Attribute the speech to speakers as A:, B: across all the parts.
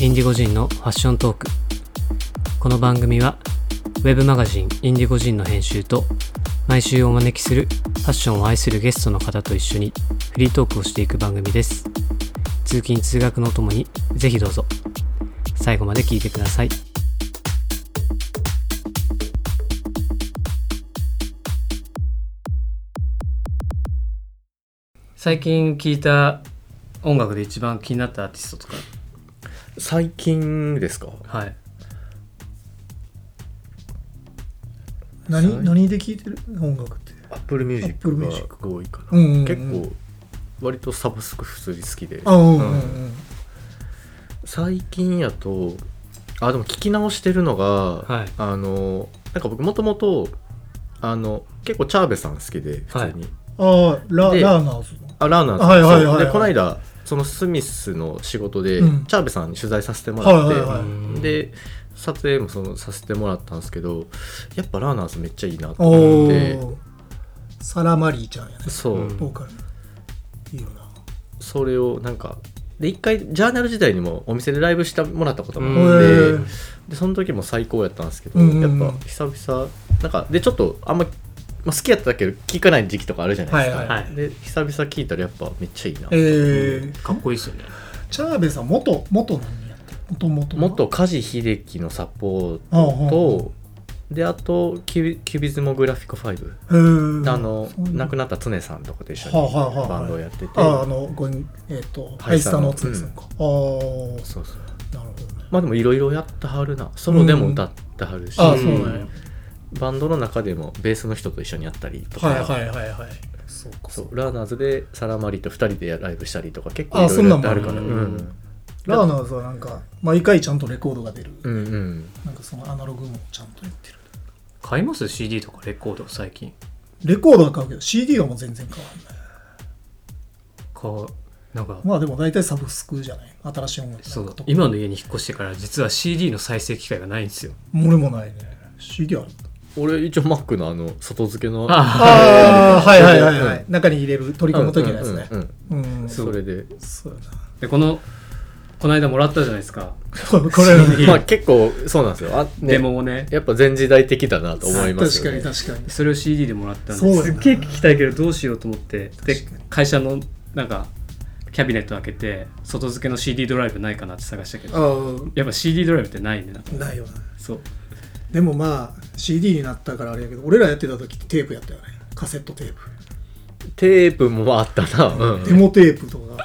A: インディゴジンのファッショントークこの番組はウェブマガジンインディゴジンの編集と毎週お招きするファッションを愛するゲストの方と一緒にフリートークをしていく番組です通勤通学のともにぜひどうぞ最後まで聞いてください最近聞いた音楽で一番気になったアーティストとか
B: 最近ですか
A: はい
B: そう
C: 何何で聴いてる音楽って
B: アップルミュージック
C: Apple
B: が
C: Music
B: 多いかな、
C: うんうんうん
B: 結構割とサブスク普通に好きで
C: あうんうんうん
B: 最近やとあでも聞き直してるのが、
A: はい
B: あのなんか僕もともとあの結構チャーベさん好きで普通に、
C: ああラ
B: で
C: ラーナーズの
B: あラーナーズ
C: はいはいはい
B: そう
C: はい
B: でこの間そのスミスの仕事で、
C: うん
B: チャーベさんに取材させてもらって、
C: はいはいはい
B: で撮影もそのさせてもらったんですけどやっぱラーナーズめっちゃいいなと
C: お
B: 思って
C: おサラマリーちゃんやね
B: そう、
A: うん
C: ボーカルいいよな
B: それをなんかで一回ジャーナル時代にもお店でライブしてもらったことも
A: うん
B: あって、
C: へー
B: でその時も最高やったんですけど、
C: うんうん
B: やっぱ久々なんかでちょっとあんま、まあ、好きやったけど聞かない時期とかあるじゃないですか、
C: はい
A: はいはい
B: で久々聞いたらやっぱめっちゃいいな、
C: えー
A: かっこいいですよね
C: チャーベさん元元何やって元元
B: 元梶秀樹のサポート
C: うん
B: と、であとキュビキュビズモグラフィコ5、
C: へー
B: あの
C: そういう
B: 亡くなった常さんとかと一緒
C: はあはあは
B: に
C: あ
B: バンドをやってて、
C: ああのごんえっとハイスターのつさんかああ
B: そうそう
C: なるほどね
B: まあでもいろいろやってはるなソロでも歌ってはるし、
C: ああ
A: ん
C: そうなんや
B: バンドの中でもベースの人と一緒にやったりとか、
C: はいはいはいはいそうか
B: そ
C: そうう
B: ラーナーズでサラマリと2人でライブしたりとか結構
C: あ
B: いろいろやって
C: そ
B: あ
C: ん
B: る
C: な
B: か
A: ん
B: ら
A: もあ
B: う
A: るんだ
B: ん
C: ラーナーズはなんか毎回ちゃんとレコードが出る
B: うんうん
C: なんかそのアナログもちゃんとやってる
A: 買います CD とかレコード最近
C: レコードは買うけど CD はもう全然変わんない
A: 買うなんか、
C: まあでも大体サブスクじゃない新しい音楽
A: そ
C: なんか
A: う
C: とか
A: 今の家に引っ越してから実は CD の再生機会がないんですよ
C: 俺もないね CD は
B: 俺一応マックのあの外付けの
A: あ
C: ああはいはいはい
B: うん
C: はい、中に入れる取り込む時のやつね
B: うんうん
C: うん
B: うんそ
C: そ
B: うれで
C: そう
A: あ でこのこの間もらったじゃないですか、
C: やな これはね
B: まあ結構そうなんですよあ、ね
A: デモをね
B: やっぱ全時代的だなと思いますよね
C: 確かに確かに
A: それを CD でもらったん
C: そう
A: で
C: やな
A: すっげえ聞きたいけどどうしようと思ってで
C: 確かに
A: 会社のなんかキャビネット開けて外付けの CD ドライブないかなって探したけど
C: あ
A: やっぱ CD ドライブってないねなんか
C: あないよな
A: そう
C: でもまあ CD になったからあれやけど俺らやってた時ってテープやったよねカセットテープ
B: テープもあったな、うん、
C: デモテープとか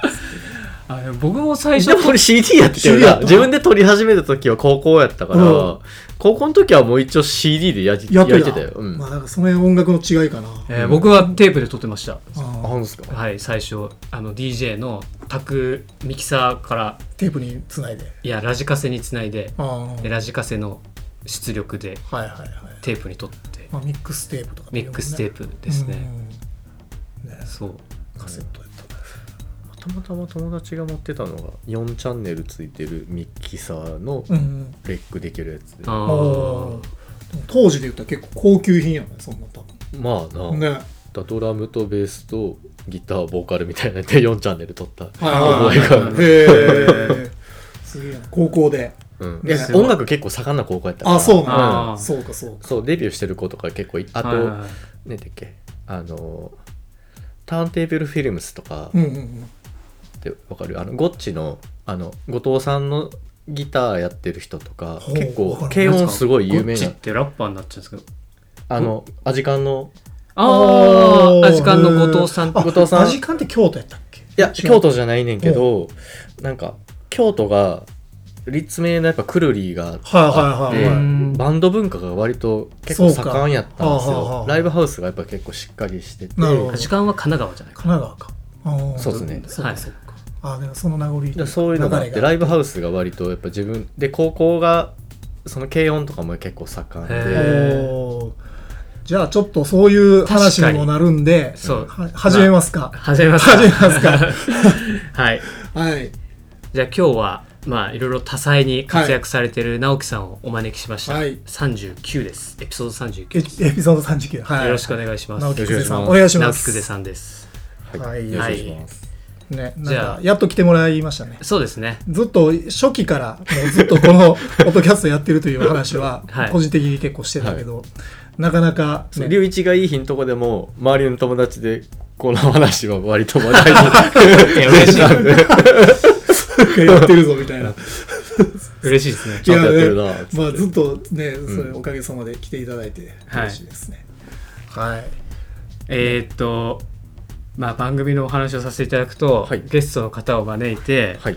A: あでも僕も最
B: で
A: 初
B: も俺 CD やってたよ
C: CD や
B: な
C: った
B: 自分で撮り始めた時は高校やったから、
C: うん
B: 高校の時はもう一応 CD でやじ
C: やってた
B: 焼いてたよ、うん
C: まあなんかその辺音楽の違いかな、
A: えー僕はテープで撮ってました
B: あ
C: ああ
B: 本当ですか
A: はい最初あの DJ の宅ミキサーから
C: テープにつないで
A: いやラジカセにつないで
C: ああはい
A: でラジカセの出力で
C: はいはい、
A: テープに取って
C: まあ、ミックステープとか、
A: ミックステー
C: プ
A: プですね、
C: ね
A: そう
C: カセットやったね
B: たまたま友達が持ってたのが4チャンネルついてるミキサーの
C: うんうん
B: レックできるやつで、
A: あ
C: あ
A: ー
C: ーでも当時で言ったら結構高級品やねそんな多
B: まあな、
C: 分ね
B: だドラムとベースとギターボーカルみたいなので4チャンネル撮った、
A: はい
C: へ
A: はいはい
C: えすげえな高校で
B: うん、
C: ね
B: 音楽結構盛んな高校やったから
C: あそうなん
A: あ
C: だそうかそうか
B: そうデビューしてる子とか結構いあと、
A: はいはいはい
B: ねだっけあのターンテーブルフィルムスとか
C: うんうんうん
B: ってわかるあのゴッチのあの後藤さんのギターやってる人とか
C: ほう
B: 結
C: わか
B: 構
C: る
B: 軽音すごい有名
A: ゴッチ
B: な
A: ってラッパーになっちゃうんですけど
B: あのアジカンの
A: あ
C: お
A: あ
C: ー
A: アジカンの後藤さん
C: あ
A: と
B: 後藤さん
C: アジカンって京都やったっけ
B: いや
C: 違う
B: 京都じゃないねんけどなんか京都が立命のやっぱくるりが
C: はいはいはい
B: で
C: はい
B: バンド文化が割と結構
C: そうか
B: 盛んやったんです
C: はあはあは
B: よ
C: あ
B: ライブハウスがやっぱ結構しっかりしてて
C: なるほど
A: アジカンは神奈川じゃないか
C: 神奈川かああ
B: そうですね
A: はい
C: あでもその名残
B: でそういうのがあっ
C: 流
B: て
C: れ
B: ライブハウスが割とやっぱ自分で高校がその軽音とかも結構盛ん
A: へ
B: で
A: ー
C: おーじゃあちょっとそういう話にもなるんで
A: そう
C: は始めますか、
A: 始めますか
C: 始めま すか
A: はい
C: はい
A: じゃあ今日はまあいろいろ多彩に活躍されてる直樹さんをお招きしました、
C: はい
A: 39ですエピソード39
C: エ
A: で
C: エピ
A: す、
C: ソード39はい
A: よろしくお願いします
C: 直樹久世さん
B: よ
C: お
B: ろ
C: 願いしま
A: 直樹
C: す
A: 久世さんです
C: はい
B: よろしくお願いします
C: ね、なん
A: じゃ
C: か
A: あ
C: やっと来てもらいましたね。
A: そうです ね。
C: ずっと初期からもうずっとこのポッドキャストやってるという話 は
A: はい
C: 個人的に結構してたけど、なかなか、
B: そう
C: ね、
B: 龍一がいい日のとこでも周りの友達でこの話は割と話題に
A: いや嬉しい。
B: なんで
C: やってるぞみたいな
A: 嬉しいですね。
B: ちゃんとやってるなつって
C: まあずっとね、それ
B: うん
C: おかげさまで来ていただいて
A: はい
C: 嬉しいですね。はい、
A: えーっと、まあ、番組のお話をさせていただくと、
B: はい
A: ゲストの方を招いて、
B: はい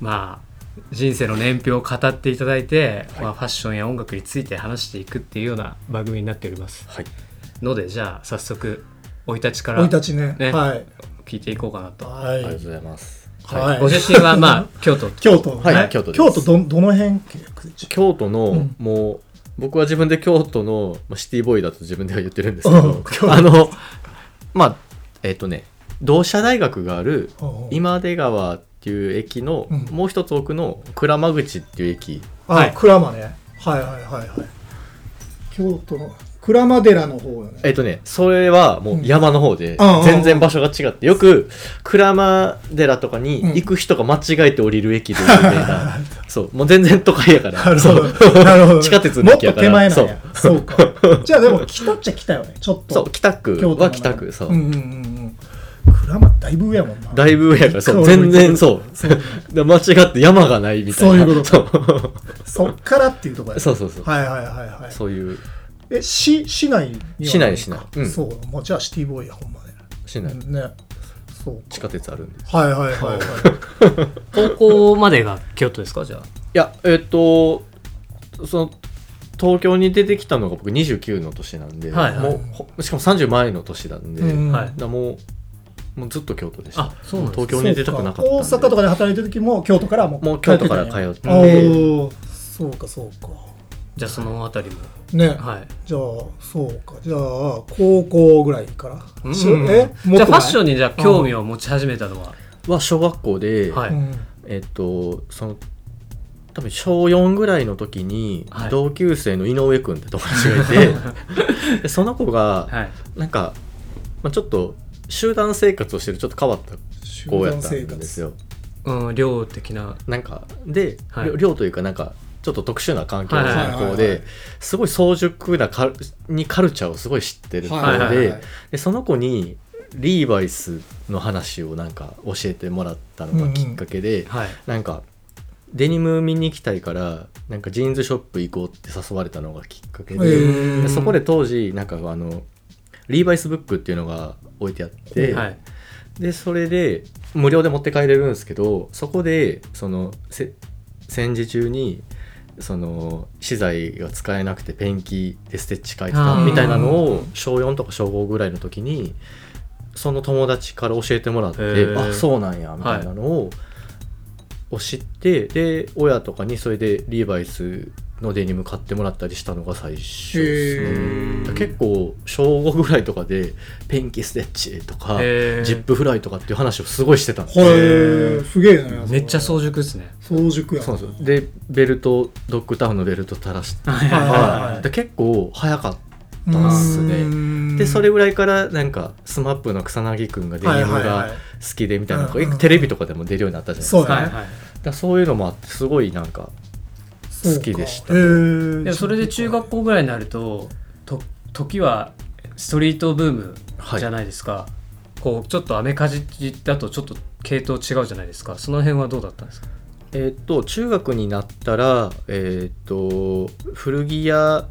A: まあ、人生の年表を語っていただいて、
B: はい
A: まあ、ファッションや音楽について話していくっていうような番組になっております
B: はい
A: のでじゃあ早速生い立ちか
C: 生い
A: ら
C: 立ちね
A: ね
C: はい、
A: 聞いていこうかなと、
B: ありがと
C: は
B: う
C: い
B: ございます
C: はい
A: ご出身は まあ京都
C: 京都、
B: はい、
A: はい
B: 京都です
C: 京都どどの辺
B: 京都の、
C: うん
B: もう僕は自分で京都のまあシティボーイだと自分では言ってるんですけ
C: うん
B: ど
C: 京都
B: あのまあえっ、とね同志社大学がある
C: ほう
B: 今出川っていう駅の、
C: うん
B: もう一つ奥の鞍馬口っていう駅
C: あ、
A: はい
C: 鞍馬ねはいはいはいはい京都の鞍馬寺の方よね
B: えっ、とねそれはもう山の方で、
C: うんうんうん
B: 全然場所が違ってよく鞍馬寺とかに行く人が間違えて降りる駅で有名 な、そうもう全然都会やか
C: な
B: ら
C: る
B: そ
C: ほ
B: う
C: ど。なるほど。
B: 地下鉄
C: も
B: の
C: っ
B: 駅や
C: と
B: か
C: 手
B: ら
C: 前なんや。そうか。じゃあでも、来たっちゃ来たよね。ちょっと。
B: そう北区
C: 京都の
B: は
C: 中で
B: 北区そう、
C: うんうんうんうん。鞍馬だいぶ上やもんな。
B: だいぶ上やからそ
C: そうう
B: 全然そう
C: そうね
B: で間違って山がないみたいな
C: そういうこと
B: と
C: そっからっていうとこ や。
B: そうそうそうそう、
C: はいはいはいはい。
B: そういう
C: え、市、市内にはない
B: 市内市内うん
C: そう。もうじゃあシティボーイや、ほんまね。
B: 市内、
C: ね。そう
B: 地下鉄あるんでい
C: か。はいはいはいはい。
A: 高校までが京都ですかじゃあ
B: やえっ、とその東京に出てきたのが僕29の年なんで、
A: はいはい
B: もうほしかも30前の年なんで、
C: うん
A: はい
B: だからもうもうずっと京都でした
A: あそうなんです
B: 東京に出たくなかったんで
C: そう大阪とかで働いてる時も京都からもう
B: もう京都から通
C: っ
B: ってて
C: たんやおーそうかそうか。
A: じゃあそのあたりも
C: ね。
A: はい
C: じゃあそうかじゃあ高校ぐらいから、
A: うん
C: しえ
A: じゃあファッショ
C: ン、
A: ンにじゃあ興味を持ち始めたのは、
B: は小学校で、
A: はい
C: うん
B: えっとその多分小4ぐらいの時に
A: はい
B: 同級生の井上君って友達がい て、でその子が
A: はい
B: なんか、まあ、ちょっと集団生活をしてるちょっと変わった
C: 集
B: 子やっ
C: 団
B: たん
C: 生
B: です
C: 活
B: よ。
A: うん、寮的な
B: なんかで、
A: はい
B: りょ寮というかなんかちょっと特殊な環境の
A: はい
C: はいはい
B: 子ですごい早熟なカルにカルチャーをすごい知ってる子で,、
A: はいはいは
B: でその子にリーバイスの話をなんか教えてもらったのがきっかけで、
A: はい
B: なんかデニム見に行きたいからなんかジーンズショップ行こうって誘われたのがきっかけで。
C: へー
B: でそこで当時なんかあのリーバイスブックっていうのが置いてあって、
A: はい
B: でそれで無料で持って帰れるんですけどそこでそのせ戦時中にその資材が使えなくてペンキでステッチ書いて
A: あ
B: た
A: ー
B: みたいなのを小4とか小5ぐらいの時にその友達から教えてもらっ
A: へ
B: て
A: ー
B: あそうなんやみたいなのを、を知ってで親とかにそれでリーバイスのデニム買ってもらったりしたのが最初ですね
C: へ
A: ー
B: 結構小5ぐらいとかでペンキステッチとか、
A: へー
B: ジップフライとかっていう話をすごいしてたんです
C: へーすげえな
A: めっちゃ早
C: 熟
A: 熟ですね
C: 早熟や
B: そうなんですよでベルトドッグタウンのベルト垂らして、
A: はい
C: はいはい
B: で結構早かった
C: う
B: ダンスで
C: ね
B: でそれぐらいからなんか SMAP の草薙君がデニム
C: はいはいは
B: が
C: い
B: 好きでみたいな、
C: うんうんうん
B: テレビとかでも出るようになったじゃないですか
C: そう
A: はい
C: やね
A: はい
B: だからそういうのもあってすごいなんか
C: そうか
B: 好きでした
C: へー
A: でもそれで中学校ぐらいになるとと時はストリートブームじゃないですか、こうちょっとアメカジだとちょっと系統違うじゃないですかその辺はどうだったんですか
B: えーっと中学になったら、えーっと古着屋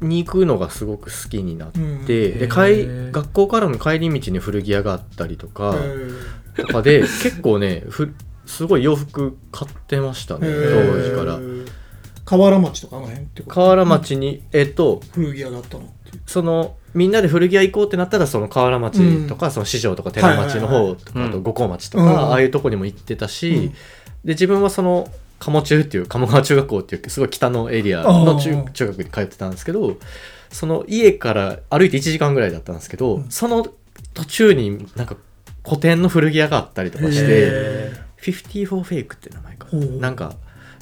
B: に行くのがすごく好きになって、
C: うん
B: で
A: へ
B: かい
A: ー
B: 学校からの帰り道に古着屋があったりとか
C: へ、ー
B: とかで結構ねふすごい洋服買ってましたね
C: へ
B: 当時から
C: ー河原町とかあの辺ってこと
B: 河原町に、えっと
C: 古着屋があったのっていう
B: そのみんなで古着屋行こうってなったらその河原町とか、その市場とか寺町の
C: はいはいは
B: 方
C: い
B: とか、
A: うん
B: あと五光町とか、
C: うん
B: ああいうとこにも行ってたし、
C: うん
B: で自分はその鴨中っていう鴨川中学校っていうすごい北のエリアの中
C: あー
B: 中学に通ってたんですけどその家から歩いて1時間ぐらいだったんですけど、
C: うん
B: その途中になんか古典の古着屋があったりとかし
C: へ
B: て
C: ー。
B: 54フェイクって名前か
C: ほう
B: なんか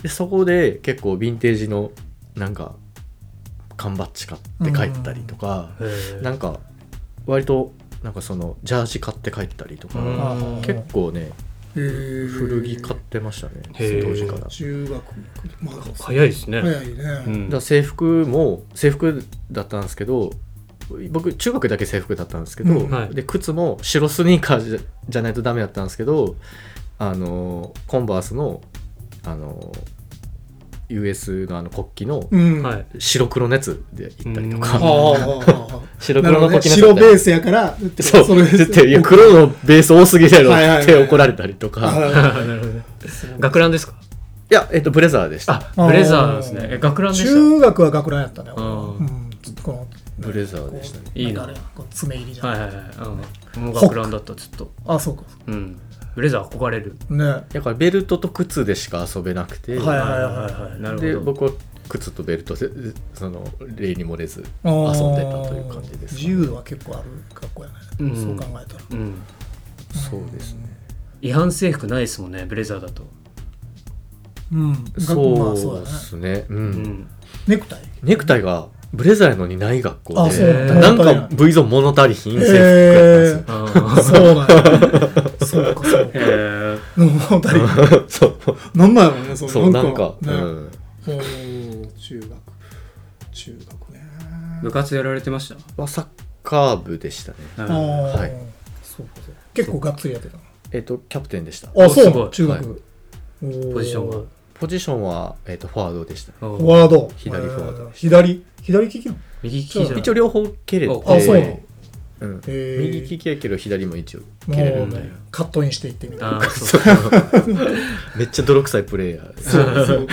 B: でそこで結構ヴィンテージのなんか缶バッジ買って帰ったりとか、
A: な
B: なんんか割となんかそのジャージ買って帰ったりとか
A: うん
C: あー
B: 結構ね
C: へー
B: 古着買ってましたね
A: へー
B: 当時からだか
C: 中学まだ
A: 早いですね。
C: 早いね、
A: うん
B: ら制服も制服だったんですけど僕中学だけ制服だったんですけど、
C: うん
A: はい
B: で靴も白スニーカーじゃじゃないとダメだったんですけどあのコンバースのあの US のあの国旗の
C: うん
A: はい。
B: 白黒のやつで行ったりと
C: は
B: か、
C: あはあはあはあ
B: 白
C: な
B: 黒
C: る
B: の
C: ほど
B: 国旗の
C: ね白
B: やつだったり
C: ベースやから
B: そう
C: れ
B: 絶対いや黒のベース多すぎだろ
C: はいはいはい
B: って怒られたりとか
C: あ
A: なるほどね。学ランですか
B: いやえっとブレザーでした
A: あ、ブレザーなんですね。え、学ランでし
C: 中学は学ランやったね、
A: た。うん。
C: う
A: は
C: ん、ちょっとこの
B: ブレザーでしたね
A: いいな
C: あれこう爪入りじ
A: い
C: ゃん、
A: はいはい。うん。もう学ランだった、ずっと。
C: あそうか
A: うん。ブレザー憧れる。
C: ねはい
B: だからベルトと靴でしか遊べなくて、
C: はいはい
A: はい。な
B: で
A: るほど。
B: 僕は靴とベルトでその例に漏れず遊ん
C: 遊
B: でたという感じですかね
C: 自由度は結構ある学校やね、
A: うん
C: そう考えたら
A: うん。
B: そうですね
A: 違反制服ないですもんね、ブレザーだと。
C: うん学校まあそ
B: そうう
C: だ
B: で
C: ね
B: すねう
A: うん ん。
C: ネクタイ
B: ネクタイがブレザーやのにない学校
C: あ
A: そう
B: で
A: なんだ
B: なんか V ゾーン物足りひん制服やっ
A: あ
C: あ
A: ー
C: そうなんやそうかそうか
A: へー
C: 本当に
B: たんですよ そう
C: なんなんやろうねそ
B: そうなんか、
C: ね
B: うん、
C: おー中学中学ね
A: 部活やられてました
B: はサッカー部でしたね
A: あ
C: ああ、
B: はい
C: そうかそうか結構がっつりやってた
B: えっとキャプテンでした
C: のあそ
A: す
C: うな
A: ご
C: の
A: い
C: 中
B: は
C: 学、おー
A: ポジションが。
B: ポジションは、えっとフォワードでしたね
A: うん
C: フォワード
B: 左フォワード
C: えー左左利きなの
A: 右利きじゃない
B: 一応両方蹴れて
A: あそう
C: なの
B: うん
C: へー
B: 右利きやけど左も一応蹴れ
C: も
B: る
C: う
B: みたい
A: ね
B: な
C: カットインしていってみたい
A: あ
C: な
A: ーそう
B: めっちゃ泥臭いプレイヤーです
C: そうそう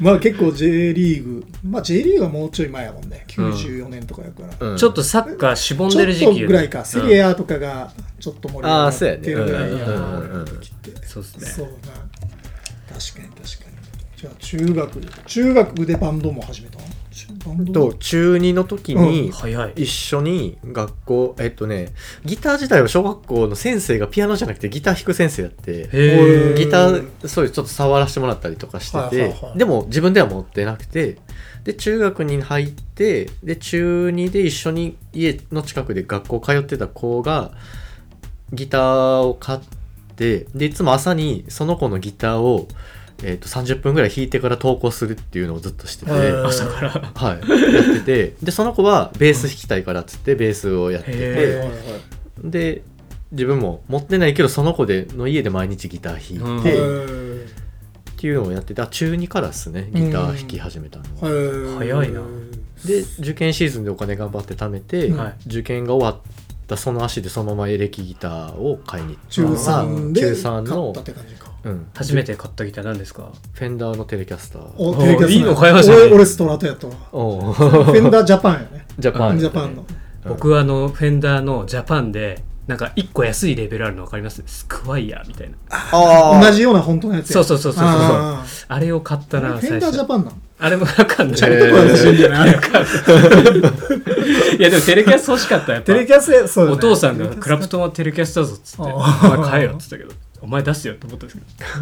C: まあ結構 J リーグまあ J リーグはもうちょい前やもんね94年とかやから、
B: うん
A: ちょっとサッカーしぼん
C: ちょ
A: でる
C: っ
A: 時期よ
C: と
A: り
C: ぐらいか、セリエアとかがちょっと盛り上がってるぐらい
A: あー
C: やな
A: そうやねうん
B: うんうんうん
C: 時って
A: そうです
C: そう
A: ね
C: な確かに確かにじゃあ中学中学でバンドも始めたの中バンド
B: と中2の時
C: う
B: に
A: 早い
B: 一緒に学校えっとねギター自体は小学校の先生がピアノじゃなくてギター弾く先生やって
A: へえ
B: ギターそうですちょっと触らせてもらったりとかして
C: はいはい
B: て
C: はい
B: でも自分では持ってなくてで中学に入ってで中2で一緒に家の近くで学校通ってた子がギターを買ってでいつも朝にその子のギターを、えー、と30分ぐらい弾いてから投稿するっていうのをずっとしてて。
A: 朝から
B: はい、やっててでその子はベース弾きたいからっつってベースをやっ
A: へ
B: てて
A: ー
C: はいはいはい
B: で自分も持ってないけどその子での家で毎日ギター弾いて、
A: うん
B: っていうのをやってた中2からですねギター弾き始めたのは、
C: はい
A: 早いな
B: で受験シーズンでお金頑張って貯めて、
A: はい
B: 受験が終わったその足でそのままエレキギターを買いに行った
C: 中
B: のが
C: 3で
B: 中
C: 買
B: 三
C: っ
B: の
C: たって感じか
B: うん、
A: 初めて買ったギター何ですか
B: フェンダーのテレキャスター
C: おテレキャスね
A: いいの買いましたね
C: 俺俺ストラトやったわ
B: おう
C: フェンダージャパンやね
B: ジャパン、
C: ジャパンの
B: うん
A: 僕はあのフェンダーのジャパンでなんか一個安いレベルあるの分かりますスクワイヤーみたいな
B: あー
C: 同じような本当のやつや
A: そうそうそうそうそう
C: あ
A: あれを買った
C: ー
A: な
C: フェン
A: 最
C: ダージャ
A: 初
C: パンなの
A: あれもわかんない
B: へ
C: ど
B: ー
C: こまで知るんじゃない
A: いやでもテレキャス欲しかったやっぱ
C: テレキャスやそうだね
A: お父さんがクラプトンはテレキャスだぞっつって「お
C: あー
A: 前買えよ」っつったけど「お前出すよ」と思ったんです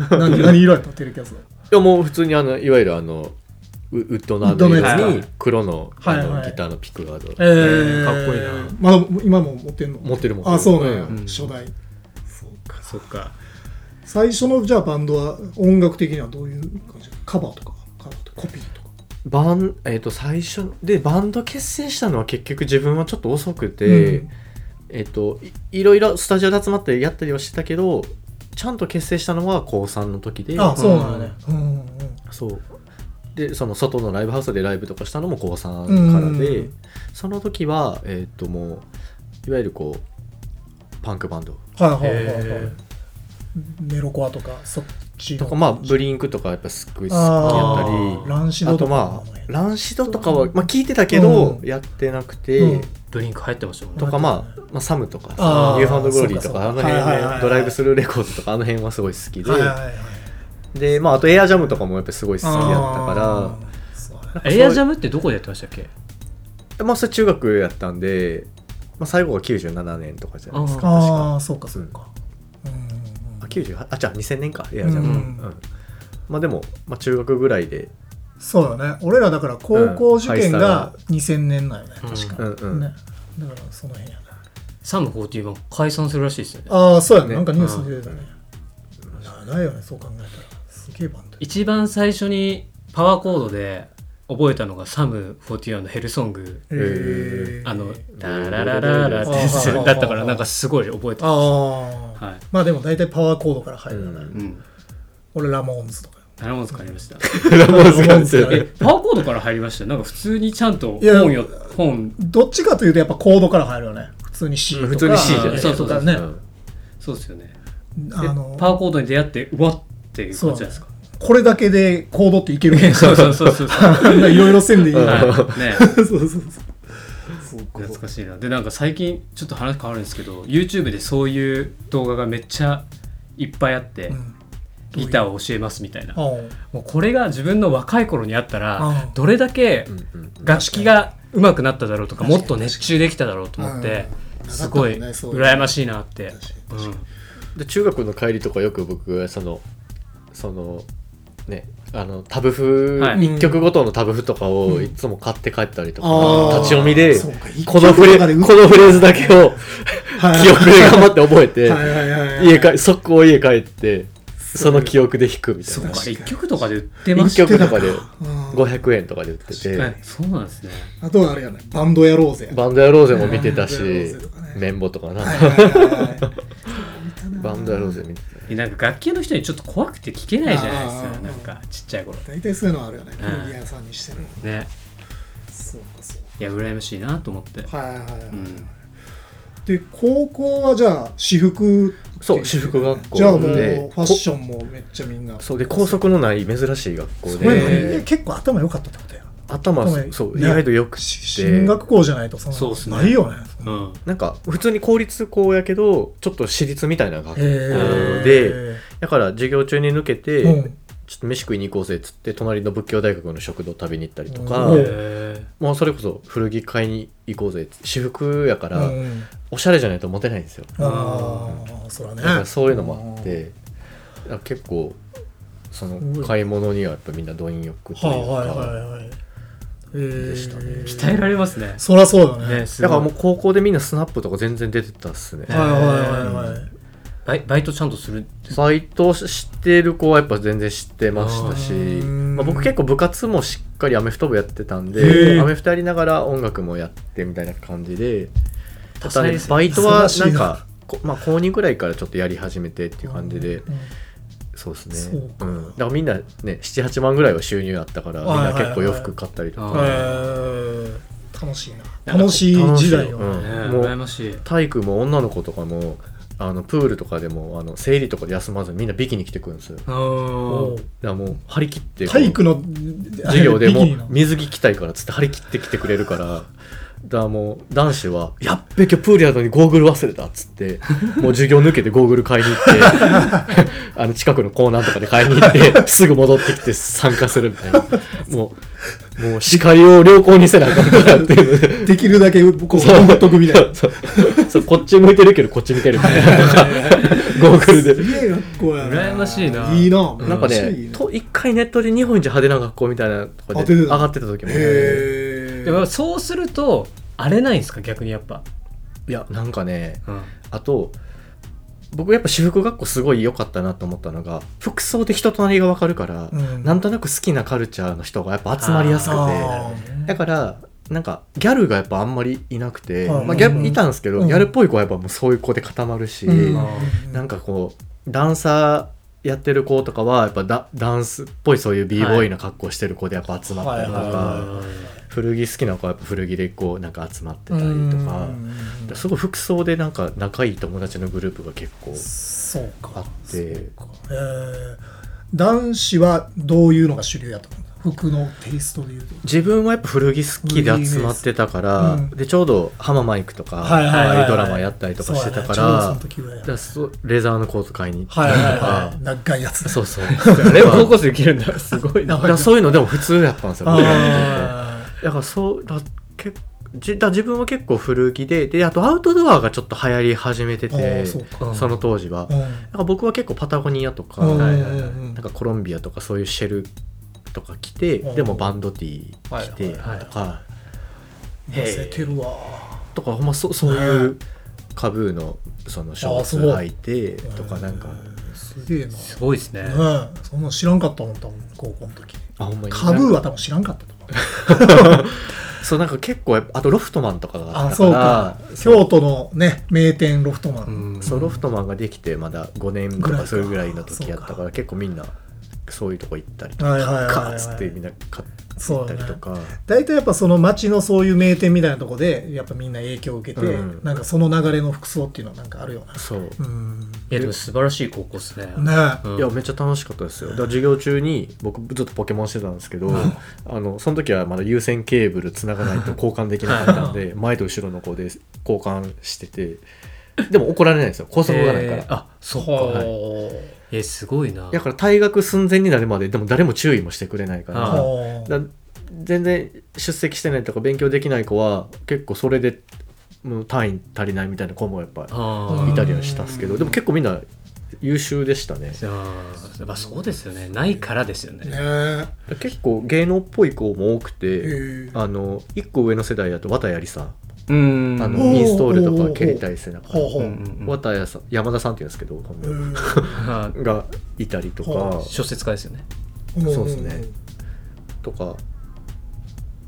A: けど
C: 何何色やったのテレキャス
B: いやもう普通にあのいわゆるあのウウッドのあの
C: ウッ
A: ド
B: やつ
A: のや
B: に
A: つ
B: 黒のあ
C: はい
B: の
C: はい
B: ギターのピックガード、
C: えー
A: かっこいいな
C: まだ今も持ってんの
B: 持ってるもん
C: あそうなんや、
B: うん
C: 初代そうか
A: そっか
C: 最初のじゃあバンドは音楽的にはどういう感じカバーとかカバーとかコピーとか
B: バンえっと最初でバンド結成したのは結局自分はちょっと遅くて、
C: うん
B: えっといいろいろスタジオで集まってやったりはしてたけどちゃんと結成したのは高3の時で
C: あそうなんやねうんうん
B: そうでその外のライブハウスでライブとかしたのも高3からで、
C: うん
B: その時はえっともういわゆるこうパンクバンド
C: はいはいはいはい
A: へ
C: メロコアとかそっち
B: と
C: の
B: かまあブリンクとかやっぱすっごい好きやった
C: あ
B: り
C: ーランシド
B: あ
C: と
B: と
C: か
B: まあランシドとかは、まあ、聞いてたけど、
C: うん
B: やってなくて、
C: うん
A: ブリンク入ってましたもん
B: と
A: ね
B: か、まあ、まあサムとか
C: あー
B: ニューファンドグローリーとかあ
C: そう
B: の
C: か
B: 辺
C: そうか
B: ね、
C: はいはいはいはい
B: ドライブスルーレコードとかあの辺はすごい好きで、
C: はいはいはい
B: で、まあ、あとエアジャムとかもやっぱすごい好き
C: あ
B: やっ
C: ー
B: たか
C: そうや
B: ら
A: エアジャ
B: ム
A: ムってどこでやってましたっけ
B: まあそれ中学やったんで、まあ、最後が97年とかじゃないですか確か
C: ああそうかそうかうんうんうん
B: あ98あじゃあ2000年かエアジャム、
C: うん
B: うんまあでも、まあ、中学ぐらいで、
C: そうだね俺らだから高校受験が2000年なんよね、
A: うん
C: 確か、
B: うんうん
C: ねだからその辺やな
A: サム41解散するらしいですよね
C: ああ、そうやね。
B: ね
C: なんかニュースに出てたね。長いよね、そう考えたら。すげえバンドや。
A: 一番最初にパワーコードで覚えたのがサム41のヘルソング
C: え
A: あの「ダララララ」ってやつだったからなんかすごい覚えてます
C: ああ、
A: はい
C: まあでも大体パワーコードから入るよね。
B: うん
A: うん
C: 俺ラモーンズとか。
A: ラモンズ買いました
B: ラモーズが強
C: ラモーズが
B: い
A: えパワーコードから入りましたなんか普通にちゃんと
C: いや
A: 本よ本
C: どっちかというとやっぱコードから入るよね。普通に C とか。
B: 普通に C じゃ
A: な
B: ないい
A: そうそうそう
C: ね。
A: そうですよね
C: あ
A: で
C: の、
A: パワーコードに出会ってうわっていう
C: そう
A: 感じですか
C: これだけでコードっていける ね。
A: そうそうそうそうそう
C: あんないろいろ線でいい。
B: うん
A: はいね
C: そうそうそう。そうか
A: 懐かしいなでなんか最近ちょっと話変わるんですけど YouTube でそういう動画がめっちゃいっぱいあって、
C: うん
A: ギターを教えますみたいな
C: ああ
A: もうこれが自分の若い頃にあった
C: ああ
A: らどれだけ
B: うんうん
A: 楽器が上手くなっただろうとか
C: 確
A: も
C: かに
A: っと熱中できただろうと思って
C: うん
A: すごい
C: なかったもんね
A: 羨ましいなって
C: 確かに、
A: うん
B: で中学の帰りとかよく僕はそのそのねあのタブ譜、
A: はい
B: 一曲ごとのタブ譜とかを
C: うん
B: いつも買って帰ったりとか、
C: あー
B: 立ち読みで
C: そうか一
B: この
C: 曲
B: フレこ
C: とかで打つ
B: のフレーズだけ を記憶で頑張って覚えて、
C: はいはいはいはい
B: 家帰速攻家帰ってその記憶で弾くみたい
A: そう
B: な
A: か
C: 確かに
A: 1曲とかで売ってまし
B: 一曲とかで
C: うん
B: 500円とかで売ってて、
A: たえそうなんですね
C: あとはあれやねバンドやろうぜ
B: バンドやろうぜも見てたし、
C: バンドやろうぜとかね
B: メンボとかな、
C: はいはいはいはい
B: バンドやろうぜ見て
A: えなんか楽器の人にちょっと怖くて聞けないじゃないです
C: あ
A: か
C: あ
A: なんかちっちゃい頃
C: 大体そういうのはあるよね
A: うん
C: 古着屋さんにしてる
A: ね
C: そうかそう
A: いや羨ましいなと思って
C: かはいはいはい、
A: うん
C: で高校はじゃあ私服
B: そう私服学校
C: じゃあもうフ
B: で
C: ァッションもめっちゃみんな
B: たそうで校則のない珍しい学校
C: これ、
B: で
C: え結構頭良かったってことや
B: 頭
C: ごめん
B: そう
C: ね
B: 意外とよくし
C: 進
B: て
C: 学校じゃないとそんな
A: そうっすね
C: ないよね
A: うん
B: なんか普通に公立校やけどちょっと私立みたいな学校
C: へ
B: で
C: え
B: だから授業中に抜けて、
C: うん
B: ちょっと飯食いに行こうぜっつって隣の仏教大学の食堂食べに行ったりとか、
C: うん
A: へ
B: もうそれこそ古着買いに行こうぜっつって私服やか
C: う
B: ら、
C: ん
B: おしゃれじゃないとモテないんですよ
C: ああそらね
B: だからそういうのもあって、だから結構その買い物にはやっぱみんな貪欲と
C: はい
B: いうか、
C: はいはいはいえー
B: でしたね
A: え鍛えられますね
C: そらそうだね
A: ねすご
B: だ
A: い
B: からもう高校でみんなスナップとか全然出てたっすね、
A: え
C: はいはいはいはい
A: バイバイトちゃんとするんです
B: バイトしてる子はやっぱ全然知ってましたし、
C: あー
B: まあ、僕結構部活もしっかりアメフト部やってたん
C: へ
B: で
C: ー
B: アメフトやりながら音楽もやってみたいな感じでた
A: 多彩
B: だね
A: ですね
B: バイトは
C: 忙
B: な
C: しい
B: ん
C: な
B: かこまあ高2ぐらいからちょっとやり始めてっていう感じで
C: うん
B: そうです
C: そ
B: ね
C: うか
B: ん、だからみんなね78万ぐらいは収入あったからみん
C: はいはい
B: な
C: はい
B: 結構洋服買ったりと
A: あ
B: か
A: ー
C: えー楽しいな
A: なんか
C: 楽しい時代よ
B: 楽しい
A: ね
B: よ
C: ね
B: もう
A: 羨ましい
B: 体育も女の子とかもあのプールとかでもあの生理とかで休まずみんなビキに来てくるんですよだか
A: お
C: お
A: ー
B: らもう張り切ってこう
C: 体育の
B: 授業でも
C: ビキニ
B: う
C: の
B: 水着着たいからっつって張り切ってきてくれるからだからもう男子は「やっべ今日プールやのにゴーグル忘れた」っつって もう授業抜けてゴーグル買いに行って あの近くのコーナーとかで買いに行ってすぐ戻ってきて参加するみたいなもうもう視界を良好にせなあかんからっていうので
C: できるだけこう
B: そう
C: ほっとくみたい な
B: そうそうこっち向いてるけどこっち向けるみたい なゴーグル
C: す
B: で。
C: げえ学校やな
A: 羨ましいない
C: いな
A: うん
B: なんか
C: めっちゃいい
B: ね、と一回ネットで日本一派手な学校みたいなとこ
C: あ
B: で
C: 出て
B: 上
C: た
B: がってた時も、
C: へえ
A: でもそうすると荒れないんですか逆にやっぱ、
B: いや、なんかね、
A: うん、
B: あと僕やっぱ私服学校すごい良かったなと思ったのが服装で人となりが分かるから、
C: うん
B: なんとなく好きなカルチャーの人がやっぱ集まりやすくて
C: あー
B: だからなんかギャルがやっぱあんまりいなくて、
C: うん
B: まあ、ギャルいたんですけど、
C: うん
B: ギャルっぽい子はやっぱもうそういう子で固まるし、
C: うん
B: なんかこうダンサーやってる子とかはやっぱダダンスっぽいそういう b ボーイな格好してる子でやっぱ集まったりとか、
C: はいはいはい
B: 古着好きな子はやっぱ古着でこうなんか集まってたりとか。
C: うん
B: すごい服装でなんか仲いい友達のグループが結構
C: そう
B: あ
C: か
B: って
C: えー男子はどういうのが主流やと思う服のテイストでいうと
B: 自分はやっぱ古着好きで集まってたから、
C: うん
B: でちょうどハママイクとか、
C: はいはいはいはい
B: ああうドラマやったりとかしてたから,、
C: そうやねちょうどその時ぐらいや
B: レザーのコート買いに行った
C: はい
B: りとか、
C: はいはい長いやつ
B: そう そう
A: あれ
B: だか
A: 高校生できるんだ すごい
B: ら
A: な
B: だからそういうのでも普通やったんですよ僕らにとっては
C: あ
B: だからそうだけじだ自分は結構古着でであとアウトドアがちょっと流行り始めて
C: ーあー
B: て
C: そうか
B: その当時は、
C: う
B: だ
C: ん
B: から僕は結構パタゴニアとか、
C: うん
B: はいはい
C: うんうんうん
B: なんかコロンビアとかそういうシェルとか着て、
C: うん
B: でもバンドティー着て
C: は
B: と
A: い
B: か、
A: はい
C: 痩せてるわ
B: とかほんまそそういうカブーのそのショーツ
C: あそう
B: 履いてとかなんか
C: えーすげえな
D: すごいですね。
C: うん、そんなの知らんかったもん多分高校の時
B: あほんまに
C: カブーは多分知らんかったと思う
B: そうなんか結構やっぱあとロフトマンとかがあっ
C: あ
B: たか
C: そうから京都のね名店ロフトマン、
D: うん
B: そうロフトマンができてまだ5年と
C: ぐらい
B: か
C: か
B: それぐらいの時やった
C: そ
B: か
C: う
B: ら結構みんなそういうとこ行ったりとか
C: はいはいはい、はい、
B: カーッつってみんな買って行ったりとか
C: 大体やっぱその町のそういう名店みたいなとこでやっぱみんな影響を受けて、
B: うん
C: なんかその流れの服装っていうのはなんかあるような
B: そう
C: うん
D: いや、でも素晴らしい高校ですね。
C: ねえ
D: うん
B: いやめっちゃ楽しかったですよだから授業中に僕ずっとポケモンしてたんですけど、あのその時はまだ有線ケーブル繋がないと交換できなかったんで前と後ろの子で交換しててでも怒られないんですよ高速がないから、
D: えーあ、そっか。
C: はあ
D: えーすごいな。
B: だから退学寸前になるまででも誰も注意もしてくれないから、
D: ああ
C: は
B: だ全然出席してないとか勉強できない子は結構それでもう単位足りないみたいな子もやっぱ
D: あ
B: い
D: あ
B: たりはしたんですけどでも結構みんな優秀でしたね
D: いやーまあそうですよね。ないからですよ
C: あね
D: ね。
C: え
B: 結構芸能っぽい子も多く
C: へ
B: て
C: え
B: あの1個上の世代だと綿やりさん
D: うん
B: あ
C: お
B: の
C: ー
B: インストールとか蹴りたい背中
C: ほうほう、
D: うんう
C: へ
D: んうん
B: 綿谷さん山田さんって言うんですけど本
C: え
B: 名がいたりとか
C: は
D: 小説家ですよね。
B: そうですねとか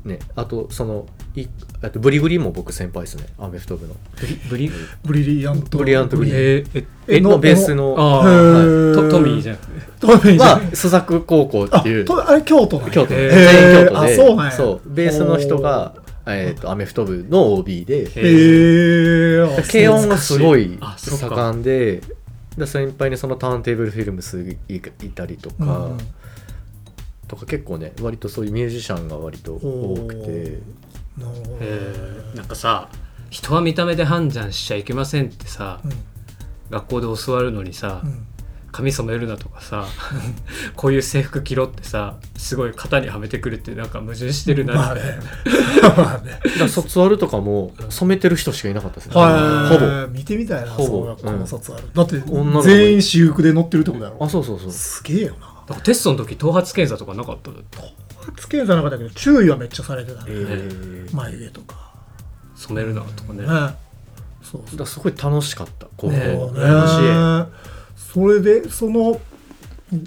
B: ねあとそのいあとブリグリも僕先輩ですねアメフト部の
D: ブリブリ
C: ブリリアント
B: ブリリアントブリ
D: えーえ
C: え
B: のベースの
D: ああ、
C: へえ
D: とトミーじゃなくて。
C: トミーじゃ
B: は
C: ん
B: 朱雀高校っていう
C: あとあれ京都なんや
B: 京都
D: へー
B: 全員京都で
C: あそうなんや
B: ベースの人が、えー、とアメフト部の OB で
C: へえあ
B: 軽音がすごい
D: あそっか
B: 盛んでで先輩にそのターンテーブルフィルムスいたりとか、
C: うん
B: とか結構ね割とそういうミュージシャンが割と多くて
C: なるほどね
D: えーなんかさ人は見た目で判断しちゃいけませんってさ、
C: うん
D: 学校で教わるのにさ、
C: うん
D: 髪染めるなとかさ こういう制服着ろってさすごい型にはめてくるってなんか矛盾してる
C: ま
D: な
C: あ
D: っ
C: ね
D: て、
C: まあね
B: だから卒アルとかも染めてる人しかいなかったですね、
C: はい、
B: ほ
C: 見てみたいな、
B: ほぼ
C: その学校
B: う
C: の
B: ん
C: 卒ある。だって
B: 女の、子
C: 全員私服で乗ってるってことだ
B: ぼあ
C: ろ。
B: そうそうそう
C: すげえよな。
D: なんかテストの時頭髪検査とかなかった
C: つけるじゃなかったけど、注意はめっちゃされてた
B: え
C: ね。
B: ーだか
C: 眉毛とか。
D: 染めるなとかね、
C: ね。そうそう。
B: らすごい楽しかった高校、
D: ね
B: 羨
D: え
B: ましい
C: ねそれで、その、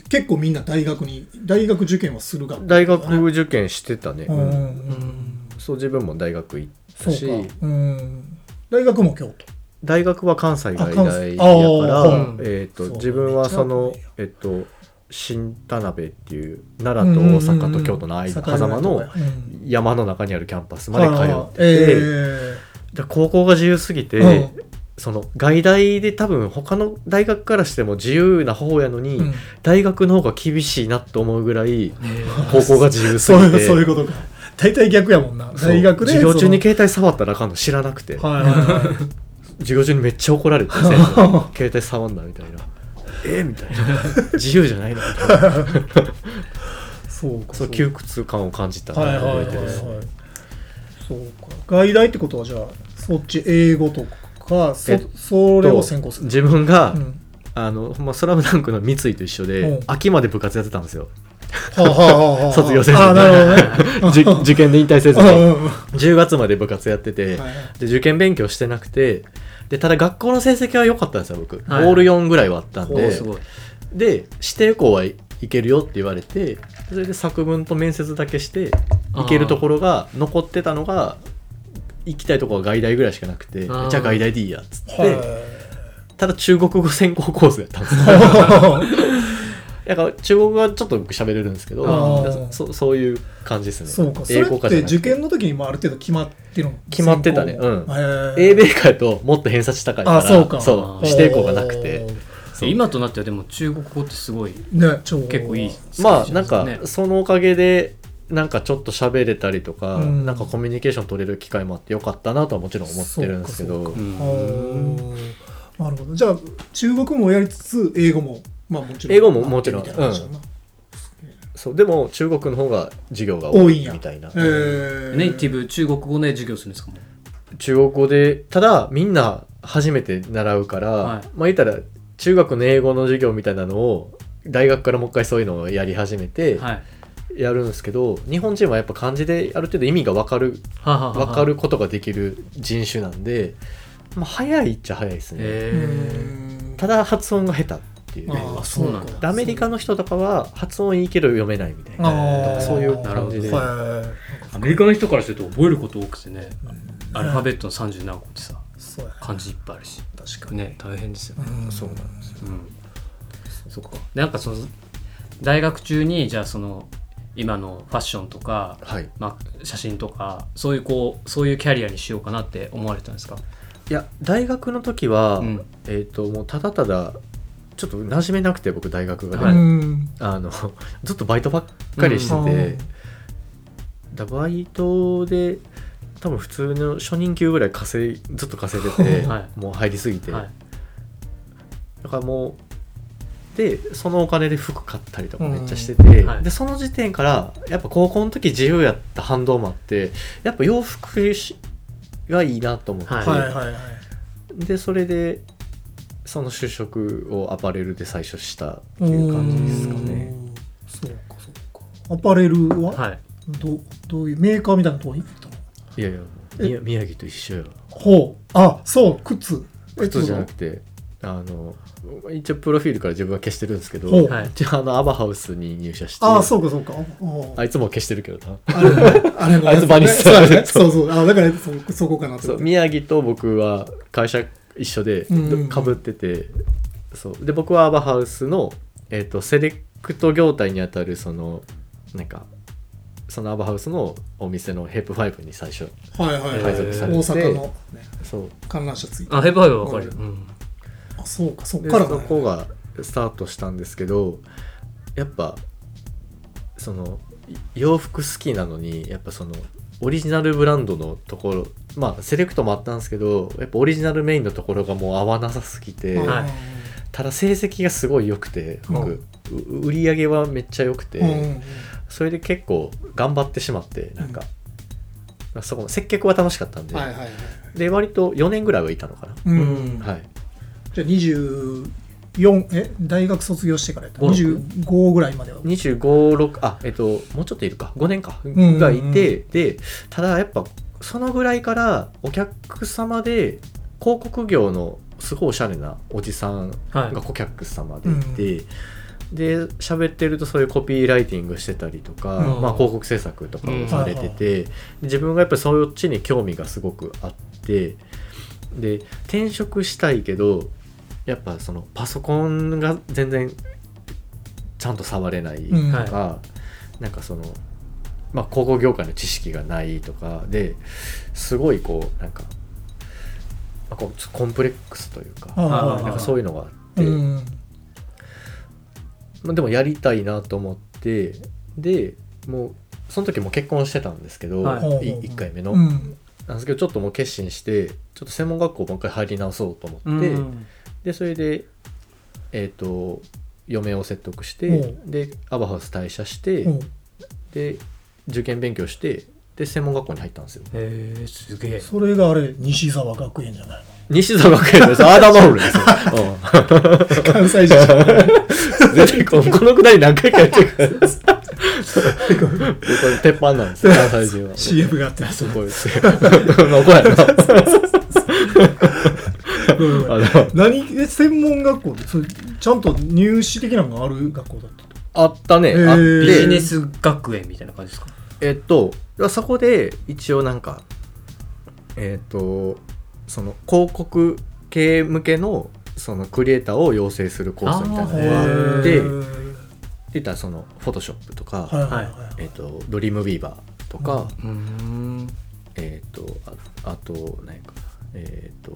C: 結構みんな大学に、大学受験はする学校
B: 大学受験してたね、
C: う
B: うん
C: ん
D: う
C: うん。
D: ん
B: そう自分も大学行った
C: そう
B: し
C: か。うん。大学も京都。
B: 大学は関西が
C: あ
B: 医
C: 関
B: 大
C: 西
B: やから
C: あ
D: ーうん
B: えー、と
C: そう
B: 自分はそ
C: め
B: の
C: っちゃ
B: えっと新田辺っていう奈良と大阪と京都の間、狭間の
C: うん
B: 山の中にあるキャンパスまで通ってて、
C: はいはいえ
B: で高校が自由すぎて、
C: え
B: その外大で多分他の大学からしても自由な方やのに、
C: うん
B: 大学の方が厳しいなと思うぐらい
D: ね
B: 高校が自由す
C: そう
B: ぎ
C: い
B: て
C: うそういうことか。大体逆やもんな。
B: そう
C: 大学で。
B: 授業中に
C: そ
B: 携帯触ったらあかんの知らなくて
C: のはいはいはい。
B: 授業中にめっちゃ怒られて先生に 携帯触んなみたいなえみたいな 自由じゃ ないのみたいな
C: そうか。
B: そう窮屈感を感じたのを
C: はいはいはい
B: 覚え
C: は
B: て
C: い
B: ます、。
C: そうか。外大ってことはじゃあ、そっち英語と
B: え
C: か、そ
B: っと
C: それを専攻する。
B: 自分が、
C: うん
B: あのほんまスラムダンクの三井と一緒で、
C: うん
B: 秋まで部活やってたんですよ
C: はあはあはあは あ
B: 卒業生
C: ああ、なるほど
B: じゅ
C: ね。
B: 受験で引退せず
C: うん
B: に
C: うんうん
B: 10月まで部活やってて、
C: はいはい
B: で受験勉強してなくてでただ学校の成績は良かったんですよ僕、
D: はい
B: オール4ぐらいはあったん
D: おー
B: です
D: ごい
B: で指定校はいいけるよって言われてそれで作文と面接だけして
D: あー
B: 行けるところが残ってたのが行きたいところは外大ぐらいしかなくてじゃ
D: あー
B: あ外大でいいやっつっ
C: はい
B: てただ中国語専攻コースやったんですよ だから中国語はちょっと僕喋れるんですけ
C: あ
B: ど
C: ー
B: そそういう感じですね
C: そうか。それ
B: 英語
C: っ
B: 科じ
C: て
B: ゃなく
C: 受
B: て
C: 験の時にもある程度決まってるの
B: 決まってたねうん
C: 専攻もへえ
B: 英米科やともっと偏差値高いから
C: あ、そうか。
B: そう指定校がなくて。そう
D: 今となってはでも中国語ってすごい
C: ね、超
D: 結構いい
B: まあなんか
D: ね
B: そのおかげでなんかちょっと喋れたりとか、
C: うん
B: なんかコミュニケーション取れる機会もあってよかったなとはもちろん思ってるんですけ
C: そう
B: ど
C: か
D: うん
C: ああなるほどじゃあ中国語もやりつつ英語もまあもちろん
B: 英語ももちろん
C: みたいな話だな
B: そうでも中国の方が授業が多
C: 多いん
B: い
C: や
B: みたいな、
C: えー
D: ネイティブ中国語ね授業するんですかも
B: 中国語でただみんな初めて習うから、
D: はい
B: まあ言ったら中学の英語の授業みたいなのを大学からもう一回そういうのをやり始めて
D: うはい
B: やるんですけど、日本人はやっぱ漢字である程度意味が分かる
D: ははは
B: 分かることができる人種なんでまあ、早いっちゃ早いですね、
D: え
B: ただ発音が下手っていうね
D: あそうなんだ
B: でアメリカの人とかは発音いいけど読めないみたいな
C: あー
B: そういう感じで
C: はいはいはい
A: アメリカの人からすると覚えること多くてね、アルファベットの30何個ってさ
C: そうや
A: 漢字いっぱいあるし
C: 確かに
A: ね大変ですよね、
C: うん
B: そうなんですよ
A: うん、そっかなんかその大学中にじゃあその今のファッションとか、
B: はい
A: まあ、写真とかそういうこうそういうキャリアにしようかなって思われたんですか、
B: いや大学の時は、
A: うん
B: えっ、ともうただただちょっと馴染めなくて僕大学がね、
A: はい
C: うん
B: あのずっとバイトばっかりして
C: うん
B: て、だバイトで多分普通の初任給ぐらい稼いずっと稼いでて、
A: は
B: もう入りすぎて、
A: はい、
B: だからもうでそのお金で服買ったりとかめっちゃして
A: う
B: て、
A: んはい
B: でその時点からやっぱ高校の時自由やった反動もあってやっぱ洋服しがいいなと思って、
A: は
C: はいはいはい
B: でそれでその就職をアパレルで最初したっていう感じですかね
C: うんそうかそうかアパレルは、
A: はい、
C: どどういうメーカーみたいなとこに行ったの
B: いやいや
C: え
B: 宮宮城と一緒や
C: ほうあそう靴
B: 靴じゃなくてあの一応プロフィールから自分は消してるんですけど
C: ほう
A: はい
B: 一応あのアバハウスに入社して
C: ああそうかそうかああ
B: あいつも消してるけどな
C: あれ あれの
B: あいつバニスタ
C: そうだねそうそうあだからそそこかなと
B: そ
C: 思
B: う
C: って
B: 宮城と僕は会社一緒で
C: うん
B: かぶっててそうで僕はアバハウスの、えー、とセレクト業態にあたるそのなんかそのアバハウスのお店のヘップファイブに最初
C: はいはいはい
B: 配属さ
C: 大
B: れて
C: 阪のね
B: そう
C: 観覧車ついて
A: あヘブハイはわかるよ、うん
C: あそうかそっ
B: で
C: から
B: そ
C: だね
B: こがスタートしたんですけどやっぱそのい洋服好きなのにやっぱそのオリジナルブランドのところまあセレクトもあったんですけどやっぱオリジナルメインのところがもう合わなさすぎて、
C: うん
A: はい
B: ただ成績がすごい良くて僕、う売り上げはめっちゃ良くて、
C: うん
B: それで結構頑張ってしまってなんか、そこの接客は楽しかったんで、
C: はいはいはい
B: で割と4年ぐらいはいたのかな、
C: うん
B: はい
C: じゃあ24え大学卒業してからやった
B: 五六
C: 25ぐらいまでは
B: 256あえっともうちょっといるか5年か
C: ん
B: がいて、でただやっぱそのぐらいからお客様で広告業のすごいおしゃれなおじさん
A: はい
B: が顧客様でいて、で喋ってるとそういうコピーライティングしてたりとか、
A: うん
B: まあ、広告制作とかをされてて、自分がやっぱりそっちに興味がすごくあってで転職したいけどやっぱそのパソコンが全然ちゃんと触れないとか、
C: うん
B: なんかその。まあ、広告業界の知識がないとかですごいこうなんか、まあ、こうちょっとコンプレックスというか
C: ああ
B: なんかそういうのがあって、
C: うん
B: まあ、でもやりたいなと思ってでもうその時もう結婚してたんですけど、
A: はい
B: 1回目の、
C: うん
B: なんですけどちょっともう決心してちょっと専門学校もう一回入り直そうと思って、
A: うん
B: でそれでえっ、と嫁を説得して、
C: う
B: でアバハウス退社して、
C: うん
B: で受験勉強してで専門学校に入ったんですよ
A: へえすげえ
C: それがあれ西沢学園じゃない
B: 西澤学園ですアーダマホールですよ、う
C: の関西人
B: ん、絶対 このこのくだり何回かやってる からこれ鉄板なんですよ関西人は
C: CM があって
B: すごいですよ。怒られ た。
C: ごめんごめん
B: あの
C: 何え専門学校でそれちゃんと入試的なのがある学校だったと
B: あったね。
C: へー
B: あっ
A: ビジネ
B: て、
A: ス学園みたいな感じですか
B: えっと、そこで一応なんか、えっと、その広告系向けのそのクリエイターを養成するコースみたいなのがあっ
C: へ
B: て、
C: ー
B: 言ったらその、フォトショップとか、
C: はいはいはい
B: えっと、ドリームビーバーとか、
A: うん
B: えっと、ああと、何かな、えっと、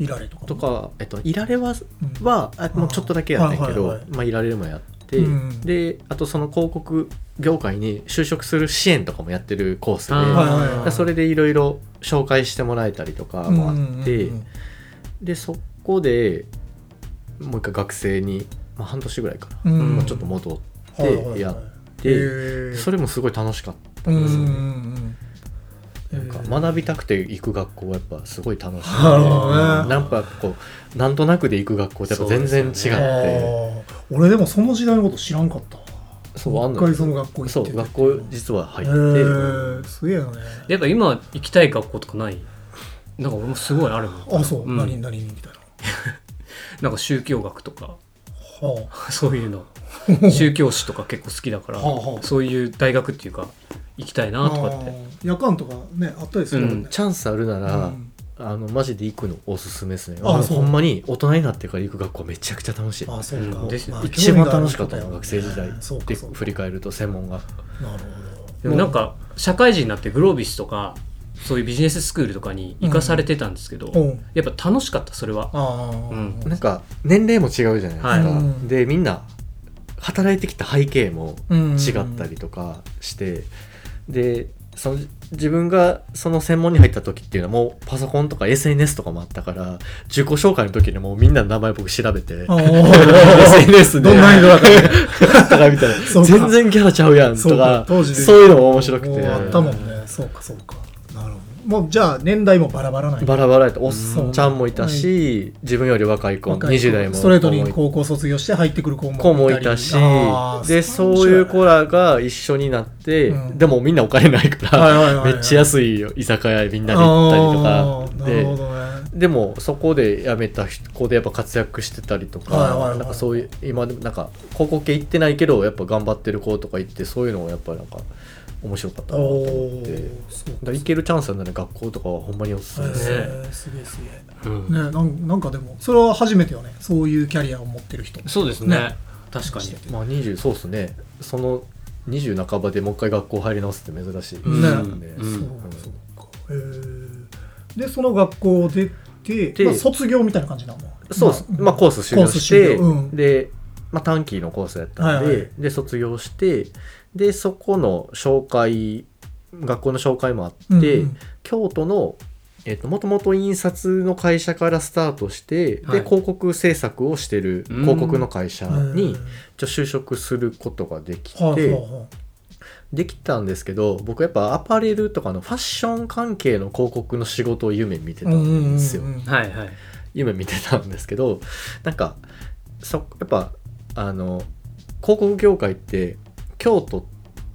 C: いられとかも
B: とか、えっと、いられは
C: うん
B: はあもうちょっとだけやったんやけど、
C: あはいはい
B: まあ、いられるもやって、
C: うん
B: であとその広告業界に就職する支援とかもやってるコースで
A: あー
B: だか
C: はいはい
B: らそれでいろいろ紹介してもらえたりとかもあって、
C: うんうん
B: でそこでもう一回学生に、まあ、半年ぐらいかな、
C: うんうん
B: まあ、ちょっと戻っ
C: はいはいはい
B: やっ
C: へ
B: て、
C: ー
B: それもすごい楽しかった。
C: うんうんうん
B: なんか
C: へー
B: 学びたくて行く学校はやっぱすごい楽しい、
C: なるほどね
B: なんかこうなんとなくで行く学校ってやっぱ全然違って
A: そうです
C: あー俺でもその時代のこと知らんかったわ
B: そうあん
C: 一
B: の
C: 回その学校行って
B: そう学校実は入
C: へ
B: って、
C: ーすげえよね
A: やっぱ今行きたい学校とかない
D: なんか俺もすごいあるもん
C: あそう、
D: うん
C: 何何みたいな
D: なんか宗教学とか
C: は あ
D: そういうの宗教史とか結構好きだから
C: はあはあ
D: そういう大学っていうか行きたいなとかっ
C: あ
D: て
C: ー夜間とかねあったりするもんね、
B: チャンスあるな
C: う
B: ら、
C: ん
B: あのマジで行くのおすすめですね
C: あ
B: あの
C: そう
B: ほんまに大人になってから行く学校めちゃくちゃ楽しい
C: あそうか、
D: うんです
C: まあ
B: 一番楽しかったの
C: 興味があ
B: 学生
C: る
B: 時代
C: そうか
B: で
C: そうか
B: 振り返ると専門が
C: なる
D: で
C: ほ
D: も
C: ど
D: なんか社会人になってグロービスとかそういうビジネススクールとかに行かされてたんですけど、
C: うん
D: やっぱ楽しかったそれは
C: あ
D: う
C: あ、
D: ん
B: なんか年齢も違うじゃないですか、
D: はい
C: うん
B: でみんな働いてきた背景も
C: うん
B: 違ったりとかして、でその自分がその専門に入った時っていうのはもうパソコンとか SNS とかもあったから自己紹介の時にもうみんなの名前僕調べて
C: あ
B: SNS で
C: どんな人だったね
B: とかみたい
C: そ
B: な
C: うか
B: 全然キャラちゃうやんと
C: そうか
B: か
C: 当時で
B: そういうのも面白くて
C: あったもんねそうかそうかなるほどもうじゃあ年代もバラバラない
B: バラバラやったおっ
C: そう
B: ちゃんもいたし、自分より若い子
C: 若い子
B: 20代も
C: ストレートに
B: 子もい
C: 高校卒業して入ってくる子も
B: 子もいたし
C: あー
B: でそういう子らが一緒になって、
C: うん
B: でもみんなお金ないから、
C: はいはいはいはい
B: めっちゃ安いよ居酒屋みんなで行ったりと
C: あーなる
B: かで
C: ほどね
B: でもそこで辞めた子でやっぱ活躍してたりとか,、
C: はいはいはい
B: なんかそういう今でもなんか高校系行ってないけどやっぱ頑張ってる子とか行ってそういうのをやっぱなんか面白かったなと
C: お
B: 思ってだ
C: ー
B: か
C: そうから
B: 行けるチャンスなんで学校とかはほんまにおすすめです、
C: えーすげえすげ
D: う
C: え
D: ん
C: ねなんなんかでもそれは初めてよねそういうキャリアを持ってる人
D: そうですね
C: ね
D: 確かに
B: まあ20そうっすねその20半ばでもう一回学校入り直すって珍しい、
D: うん
B: なんで
D: うん
C: そう
B: うん
C: そうかへえでその学校を出て、
B: で
C: まあ、卒業みたいな感じなの
B: そうっすまあコース修
C: コ
B: 了
C: ース
B: し
C: 修
B: て、
C: 了うん
B: で、まあ、短期のコースやったんで、
C: はいはい
B: で卒業してでそこの紹介学校の紹介もあって、
C: うんうん
B: 京都のえっともともと印刷の会社からスタートして、
D: はい
B: で広告制作をしてる
D: うん
B: 広告の会社に
C: うん
B: ちょ就職することができて、
C: はいはいはい
B: できたんですけど僕やっぱアパレルとかのファッション関係の広告の仕事を夢見てたんですよ、
C: うんうんうんうん
D: はいはい
B: 夢見てたんですけどなんかそやっぱあの広告業界って京都っ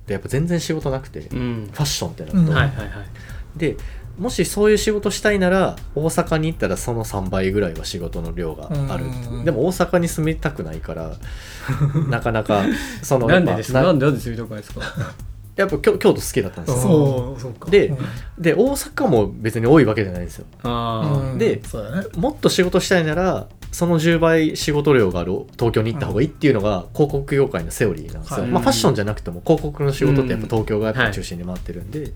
B: てやっぱ全然仕事なくて、フ
D: うん
B: ァッションってなると、
C: うん
D: はいはいはい
B: でもしそういう仕事したいなら大阪に行ったらその3倍ぐらいは仕事の量がある、
C: うん
B: でも大阪に住みたくないから なかなかその
D: な
B: やっ
D: んで
B: ぱ
D: です
B: な
D: かなんでなんで住みたくないですか
B: やっぱ京京都好きだったんですよ
C: そうそうか
B: で
C: うん
B: で大阪も別に多いわけじゃないんですよ
D: あ
C: うん
B: で
C: そうだね
B: もっと仕事したいならその10倍仕事量がある東京に行った方がいいっていうのが広告業界のセオリーなんですよ、
C: はい
B: まあ、ファッションじゃなくても広告の仕事ってやっぱ東京がやっぱ中心に回ってるんで,、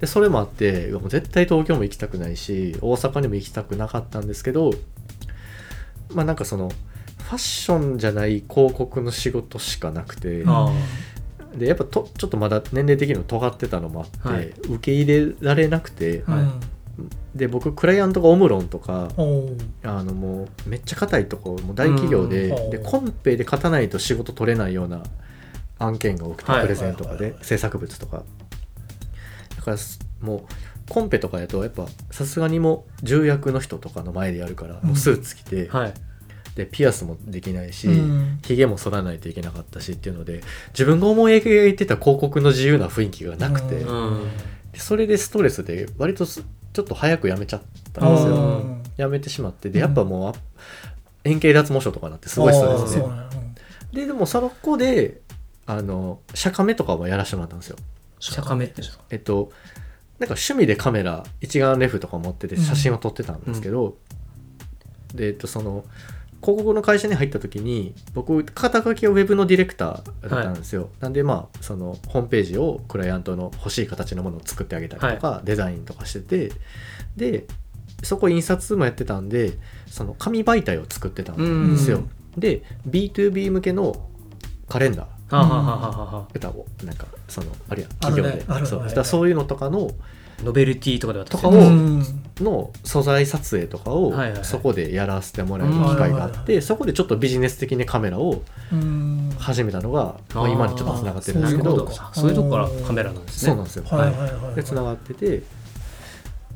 B: でそれもあってもう絶対東京も行きたくないし大阪にも行きたくなかったんですけどまあなんかそのファッションじゃない広告の仕事しかなくて
D: あああ
B: でやっぱとちょっとまだ年齢的にも尖ってたのもあって、
D: はい
B: 受け入れられなくて、
D: はい
C: うん
B: で僕クライアントがオムロンとか
C: おー
B: あのもうめっちゃ硬いとこもう大企業で,、
C: うん
B: で
C: はあ
B: コンペで勝たないと仕事取れないような案件が多くて、
D: はい
B: プレゼンとか
C: はいはい
B: で
C: はい
B: 制作物とかだからすもうコンペとかやとやっぱさすがにもう重役の人とかの前でやるから、
C: うん
B: もうスーツ着て、
D: はい
B: でピアスもできないし、
C: うん
B: ひげも剃らないといけなかったしっていうので自分が思い描いてた広告の自由な雰囲気がなくて、
C: う
D: うん
B: でそれでストレスで割とすちょっと早く辞めちゃったんですよ。
D: あ
C: うん
B: やめてしまって
C: う
B: で
C: ん
B: やっぱもう、あ円形脱毛症とかなってすごいストレス
C: あー
B: で
C: そうなんやうん
B: ででもその子であの釈迦目とかもやらせてもらったんですよ
D: 釈迦目って
B: えっとなんか趣味でカメラ一眼レフとか持ってて写真を撮ってたんですけど、でえっとその広告の会社に入った時に僕肩書きはウェブのディレクターだったんですよ、なんでまあそのホームページをクライアントの欲しい形のものを作ってあげたりとか、デザインとかしててでそこ印刷もやってたんでその紙媒体を作ってたんですよ、で B2B 向けのカレンダー
D: はあはあはあはあはあ
B: 歌をなんかそのあるいは企業
C: ある
B: で
C: ねある
B: そう
C: はい
B: だからそういうのとかの
D: ノベルティとかで渡
B: とか
D: も
B: も
C: うん
B: の素材撮影とかを
D: はいはいはい
B: そこでやらせてもらえる機会があ
C: うんはい
B: っ
C: はいは
B: てそこでちょっとビジネス的にカメラを
C: うん
B: 始めたのが
D: あー
B: まあ今にちょっとつながってるんで
D: な
B: す
D: る
B: け
D: ほ
B: ど
D: どそういうとこからカメラなんですね
B: そうなんですよ、
C: はいはいはいはい
B: でつながってて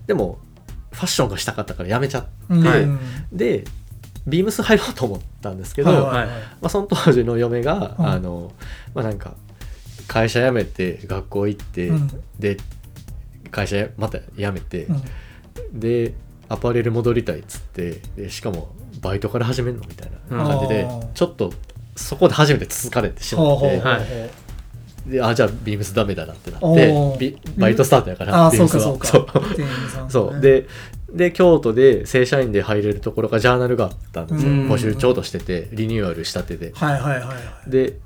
B: でもファッションがしたかったからやめちゃって
C: うん
D: はい
B: でビームス入ろうと思ったんですけど、
C: はい
B: ま
C: はいはい
B: あ、その当時の嫁が、
C: うん
B: あのまあなんか会社辞めて学校行って、
C: うん
B: で会社また辞めて、
C: うん
B: でアパレル戻りたいっつってでしかもバイトから始めるのみたいな感じで、
C: あー
B: ちょっとそこで初めて続かれてし
C: ほ
B: ま
C: う
B: っ
C: ほうほう
B: て
C: ほう
D: は
B: であじゃあビームスダメだなってなっ
C: お
B: て
C: ー
B: ビバイトスタートやから、
C: ああ、
B: ビー
C: そ
B: ム
C: う
B: ス
C: か
B: は
C: そうか。店員さん、ね。
B: そうでで京都で正社員で入れるところがジャーナルがあったんですよ
D: うん
B: 募集ちょうどしててリニューアルしたてで
C: はいはいはいはい。
B: で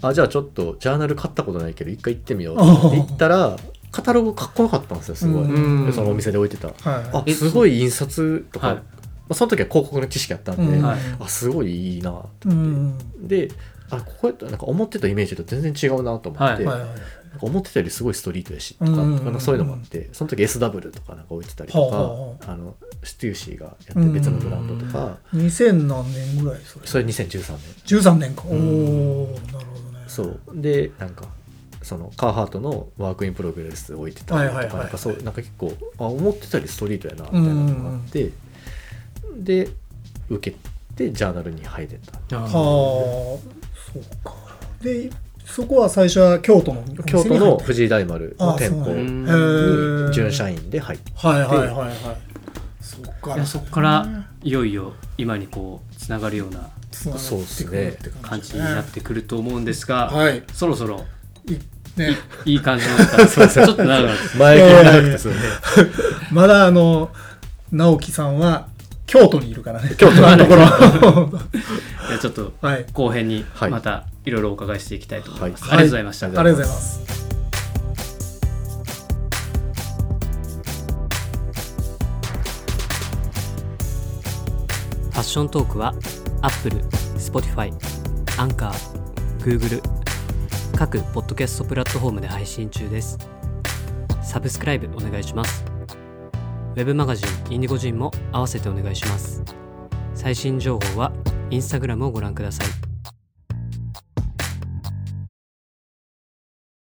B: あじゃあちょっとジャーナル買ったことないけど一回行ってみよう
C: おー
B: って行ったらカタログかっこよかったんですよすごい、
C: うん
B: でそのお店で置いてた、
C: は
B: あすごい印刷とか、
D: はい
B: まあ、その時は広告の知識あったんで、
C: うん
D: はい
B: あすごいいいなと
C: い。うん。
B: であここやったらなんか思ってたイメージと全然違うなと思
D: は
B: っ
D: い
B: て、
C: はいはい。
B: なんか思ってたよりすごいストリートやしと
C: うんうんうんうん
B: かなんかそういうのもあってその時 SW とかなんか置いてたりとか、
C: ほうほう
B: あのステューシーがやってる別のブランドとか、
C: 2000何年ぐらいそれ。
B: それ2013年
C: 13年か。おお
B: ん
C: なるほどね。
B: そうでなんかそのカーハートのワークインプログレス置いてたりとか、
C: はいはいはいはい
B: なんかそうなんか結構あ思ってたよりストリートやなみたいなのがあって、で受けてジャーナルに入れた
D: あ
C: は
D: ー
C: あ、そうか。で、そこは最初は京都のお店に入った
B: 京都の藤井大丸の店
C: あそう
D: なん
B: 舗
D: や
C: へえ
B: に準社員で入って
C: はいはいはいはい。そっか
A: いやそこからいよいよ今にこうつながるような
C: つなが
B: そうっ
C: って
B: す
C: く
B: ね
C: るって
A: 感
C: 感
A: じ
C: じ
A: に
C: だね
A: なってくると思うんですが、
C: はい。
A: そろそろ
C: いね、
A: いい感じの時 間ちょっと長くなって
B: 前
C: い
B: 切り
C: やいやいや
B: なくてすよね
C: まだあの、直樹さんは京都にいるからね。
B: 京都
C: 今のと ころ。
A: いやちょっと
C: はい。
A: 後編に
B: はい
A: またいろいろお伺いしていきたいと思います、
B: はい
A: ありがとうございました、
B: は
C: ありがとうございます。
A: ファッショントークは Apple、Spotify、Anchor、Google 各ポッドキャストプラットフォームで配信中です。サブスクライブお願いします。ウェブマガジンインディゴジンも合わせてお願いします。最新情報は Instagram をご覧ください。